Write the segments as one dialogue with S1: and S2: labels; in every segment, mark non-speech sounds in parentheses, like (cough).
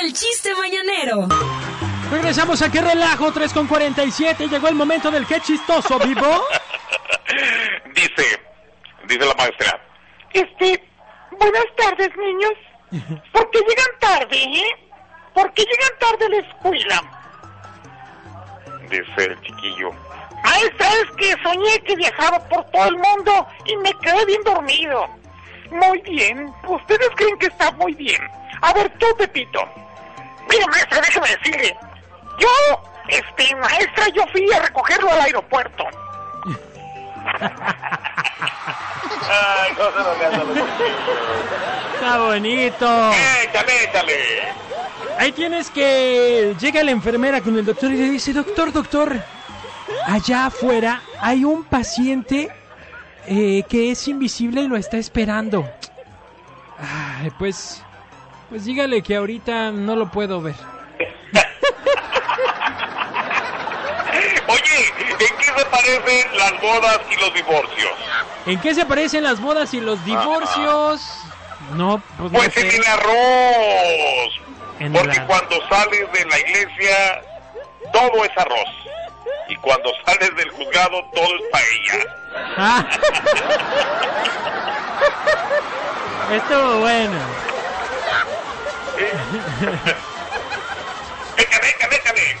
S1: el chiste mañanero.
S2: Regresamos a que relajo 3 con 47. Llegó el momento del qué chistoso, vivo.
S3: Dice, dice la maestra. Este, buenas tardes, niños. ¿Por qué llegan tarde, eh? ¿Por qué llegan tarde a la escuela? Dice el chiquillo. Maestra, es que soñé que viajaba por todo el mundo y me quedé bien dormido. Muy bien. Ustedes creen que está muy bien. A ver, tú, Pepito. Mira, maestra, déjame decirle. Yo, este, maestra, yo fui a recogerlo al aeropuerto. Ay, no se lo veas a los
S2: Está bonito.
S3: Échale, échale.
S2: Ahí tienes que llega la enfermera con el doctor y le dice, doctor, doctor, allá afuera hay un paciente eh, que es invisible y lo está esperando. Ay, pues, pues dígale que ahorita no lo puedo ver.
S3: Oye, ¿en qué se parecen las bodas y los divorcios?
S2: ¿En qué se parecen las bodas y los divorcios? No, pues no
S3: Pues en
S2: sé.
S3: el arroz.
S2: En
S3: Porque
S2: la-
S3: cuando sales de la iglesia, todo es arroz. Y cuando sales del juzgado, todo es paella.
S2: Ah. (laughs) Estuvo bueno.
S3: Échale, échale, échale.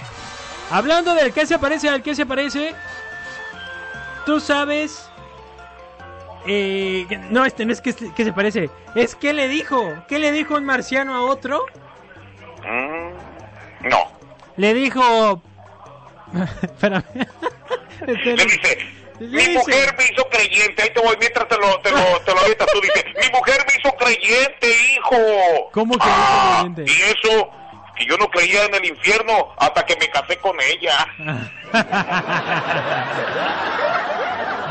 S2: Hablando del que se parece al que se parece, tú sabes. eh, que- no, este no es que, se- que se parece. Es que le dijo. ¿Qué le dijo un marciano a otro?
S3: Mm, no.
S2: Le dijo. (laughs) Espérame. (laughs) Este,
S3: Le dice,
S2: le
S3: mi
S2: dice-
S3: mujer me hizo creyente. Ahí te voy, mientras te lo, te
S2: (laughs)
S3: lo, te lo avientas tú. Dice, mi mujer me hizo creyente, hijo.
S2: ¿Cómo que me hizo
S3: Ah,
S2: creyente?
S3: Y eso, que yo no creía en el infierno hasta que me casé con ella.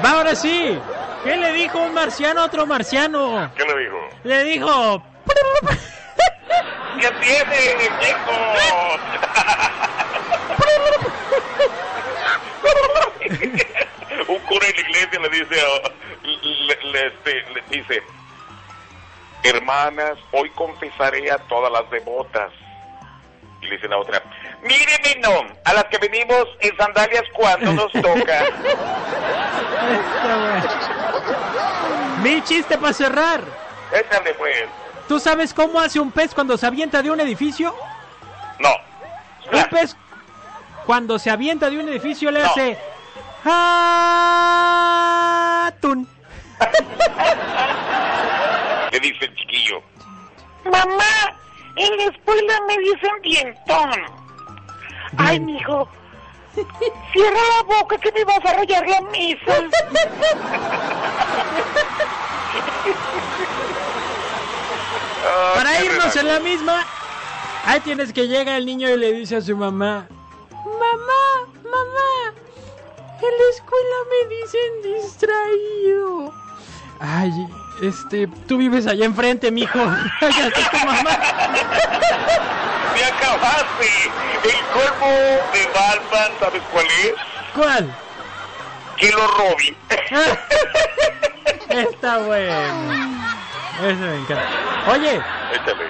S2: Va ahora sí. ¿Qué le dijo un marciano a otro marciano?
S3: ¿Qué le dijo?
S2: Le dijo. (laughs)
S3: ¿Qué tiene,
S2: (laughs)
S3: viejo? Un cura en la iglesia le dice, a- le, le- este, le dice, hermanas, hoy confesaré a todas las devotas. Y le dice la otra, míreme no, a las que venimos en sandalias cuando
S2: (laughs)
S3: nos toca.
S2: Está bueno. Mi chiste para cerrar.
S3: Échale pues.
S2: ¿Tú sabes cómo hace un pez cuando se avienta de un edificio?
S3: No.
S2: Un pez cuando se avienta de un edificio le
S3: Ah. No.
S2: hace atún.
S3: Ah, Le dice el chiquillo.
S4: Mamá, en la escuela me dicen dientón. Ay, mijo. Cierra la boca que me vas a rayar la misa.
S3: Ah,
S2: Para
S3: qué
S2: irnos
S3: relajo.
S2: en la misma, ahí tienes que llega el niño y le dice a su mamá, mamá, mamá, en la escuela me dicen distraído. Ay, este, tú vives allá enfrente, mijo. (laughs) Allá está tu mamá.
S3: ¡Me acabaste! El cuerpo de Batman, ¿sabes cuál es?
S2: ¿Cuál?
S3: Que lo robi.
S2: (laughs) Está bueno. Eso me encanta. Oye,
S3: Échale.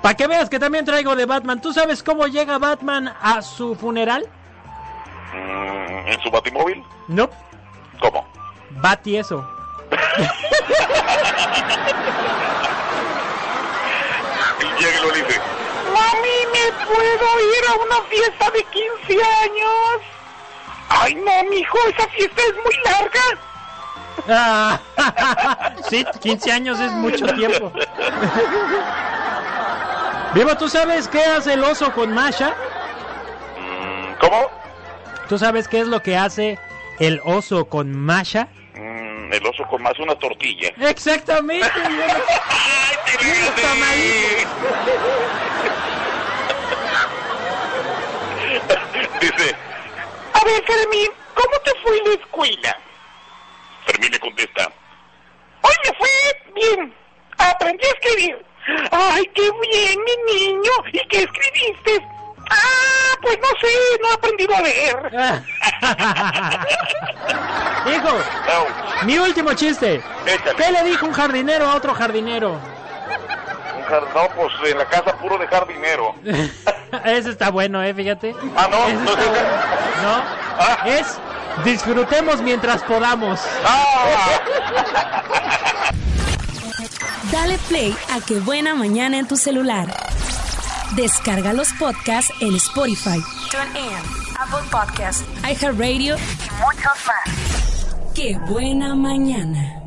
S2: para que veas que también traigo de Batman, ¿tú sabes cómo llega Batman a su funeral?
S3: Mm, ¿En su batimóvil?
S2: No,
S3: ¿Cómo?
S2: Bati eso.
S3: Y llega y lo dice.
S4: Mami, ¿me puedo ir a una fiesta de 15 años? Ay, no, mijo, esa fiesta es muy larga.
S2: Ah, (laughs) sí, 15 años es mucho tiempo. Viva, ¿tú sabes qué hace el oso con Masha?
S3: Mm, ¿Cómo?
S2: ¿Tú sabes qué es lo que hace el oso con Masha?
S3: Mm, el oso con más una tortilla.
S2: Exactamente. yo
S3: ¡Ay, te
S2: Y unos tamalitos.
S3: (laughs) Dice,
S4: A ver, Fermín, ¿cómo te fue en la escuela?
S3: Fermín le contesta.
S4: Hoy me fue bien. Aprendí a escribir. Ay, qué bien, mi niño. ¿Y qué escribiste? Ah, pues no sé, no he aprendido a leer.
S2: no- (laughs) Hijo,
S3: Au,
S2: mi último chiste.
S3: échale. (laughs)
S2: ¿Qué le dijo un jardinero a otro jardinero?
S3: Un jar- no, pues en la casa puro dejar dinero.
S2: Ese está bueno, ¿eh? Fíjate.
S3: Ah, no,
S2: Ese
S3: no
S2: está
S3: sé.
S2: bueno. ¿No?
S3: Ah.
S2: Es disfrutemos mientras podamos.
S3: Ah,
S5: Dale play a Que Buena Mañana en tu celular. Descarga los podcasts en Spotify, TuneIn, Apple Podcasts, iHeartRadio y muchos más. Qué Buena Mañana.